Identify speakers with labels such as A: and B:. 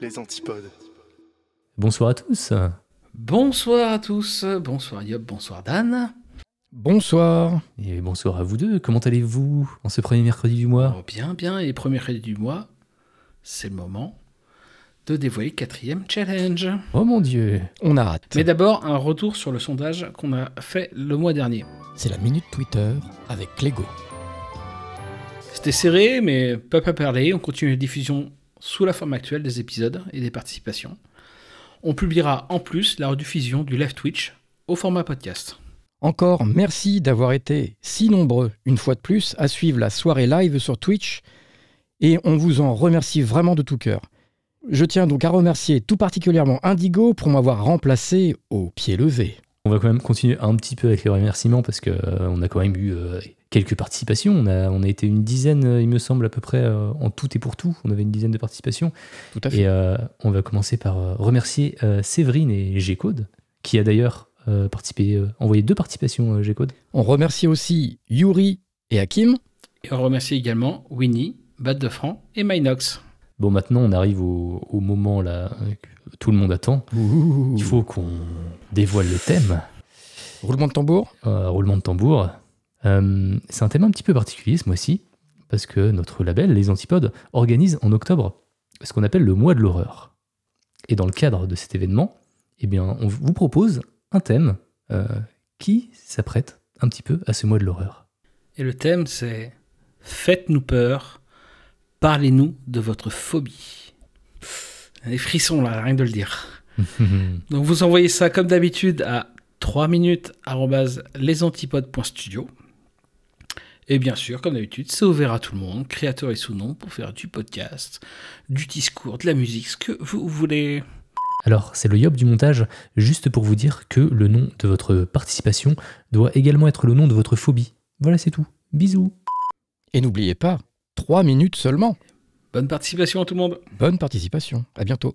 A: les antipodes.
B: Bonsoir à tous.
C: Bonsoir à tous, bonsoir Yop, bonsoir Dan.
D: Bonsoir.
B: Et bonsoir à vous deux. Comment allez-vous en ce premier mercredi du mois
C: Oh, bien, bien, et premier crédit du mois, c'est le moment de dévoiler le quatrième challenge.
B: Oh mon dieu.
D: On arrête.
C: Mais d'abord, un retour sur le sondage qu'on a fait le mois dernier.
D: C'est la minute Twitter avec Clégo.
C: C'était serré, mais pas pas parler. On continue la diffusion sous la forme actuelle des épisodes et des participations. On publiera en plus la rediffusion du live Twitch au format podcast.
D: Encore merci d'avoir été si nombreux, une fois de plus, à suivre la soirée live sur Twitch. Et on vous en remercie vraiment de tout cœur. Je tiens donc à remercier tout particulièrement Indigo pour m'avoir remplacé au pied levé.
B: On va quand même continuer un petit peu avec les remerciements parce que euh, on a quand même eu euh, quelques participations. On a, on a été une dizaine, euh, il me semble, à peu près euh, en tout et pour tout. On avait une dizaine de participations.
D: Tout à
B: Et euh, on va commencer par euh, remercier euh, Séverine et G-Code, qui a d'ailleurs euh, participé, euh, envoyé deux participations euh, G-Code.
D: On remercie aussi Yuri et Hakim.
C: Et on remercie également Winnie, Bat de Franc et Mynox.
B: Bon, maintenant, on arrive au, au moment là que tout le monde attend. Il faut qu'on dévoile le thème.
D: Roulement de tambour.
B: Euh, roulement de tambour. Euh, c'est un thème un petit peu particulier ce mois-ci, parce que notre label, Les Antipodes, organise en octobre ce qu'on appelle le mois de l'horreur. Et dans le cadre de cet événement, eh bien, on vous propose un thème euh, qui s'apprête un petit peu à ce mois de l'horreur.
C: Et le thème, c'est Faites-nous peur, parlez-nous de votre phobie. Les frissons, là, rien que de le dire. Donc vous envoyez ça comme d'habitude à 3 minutes arobase lesantipodes.studio. Et bien sûr, comme d'habitude, c'est ouvert à tout le monde, créateur et sous-nom, pour faire du podcast, du discours, de la musique, ce que vous voulez.
B: Alors, c'est le yop du montage, juste pour vous dire que le nom de votre participation doit également être le nom de votre phobie. Voilà, c'est tout. Bisous.
D: Et n'oubliez pas, trois minutes seulement.
C: Bonne participation à tout le monde.
D: Bonne participation. À bientôt.